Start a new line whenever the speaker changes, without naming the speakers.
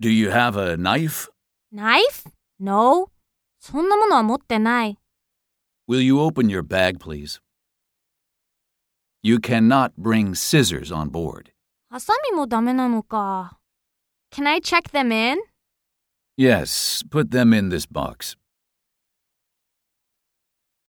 Do you have a knife?
ナイフ ?No. そんなものは持ってない。
Will you open your bag, please? You cannot bring scissors on board.
ハサミもダメなのか。Can I check them in?
Yes, put them in this box.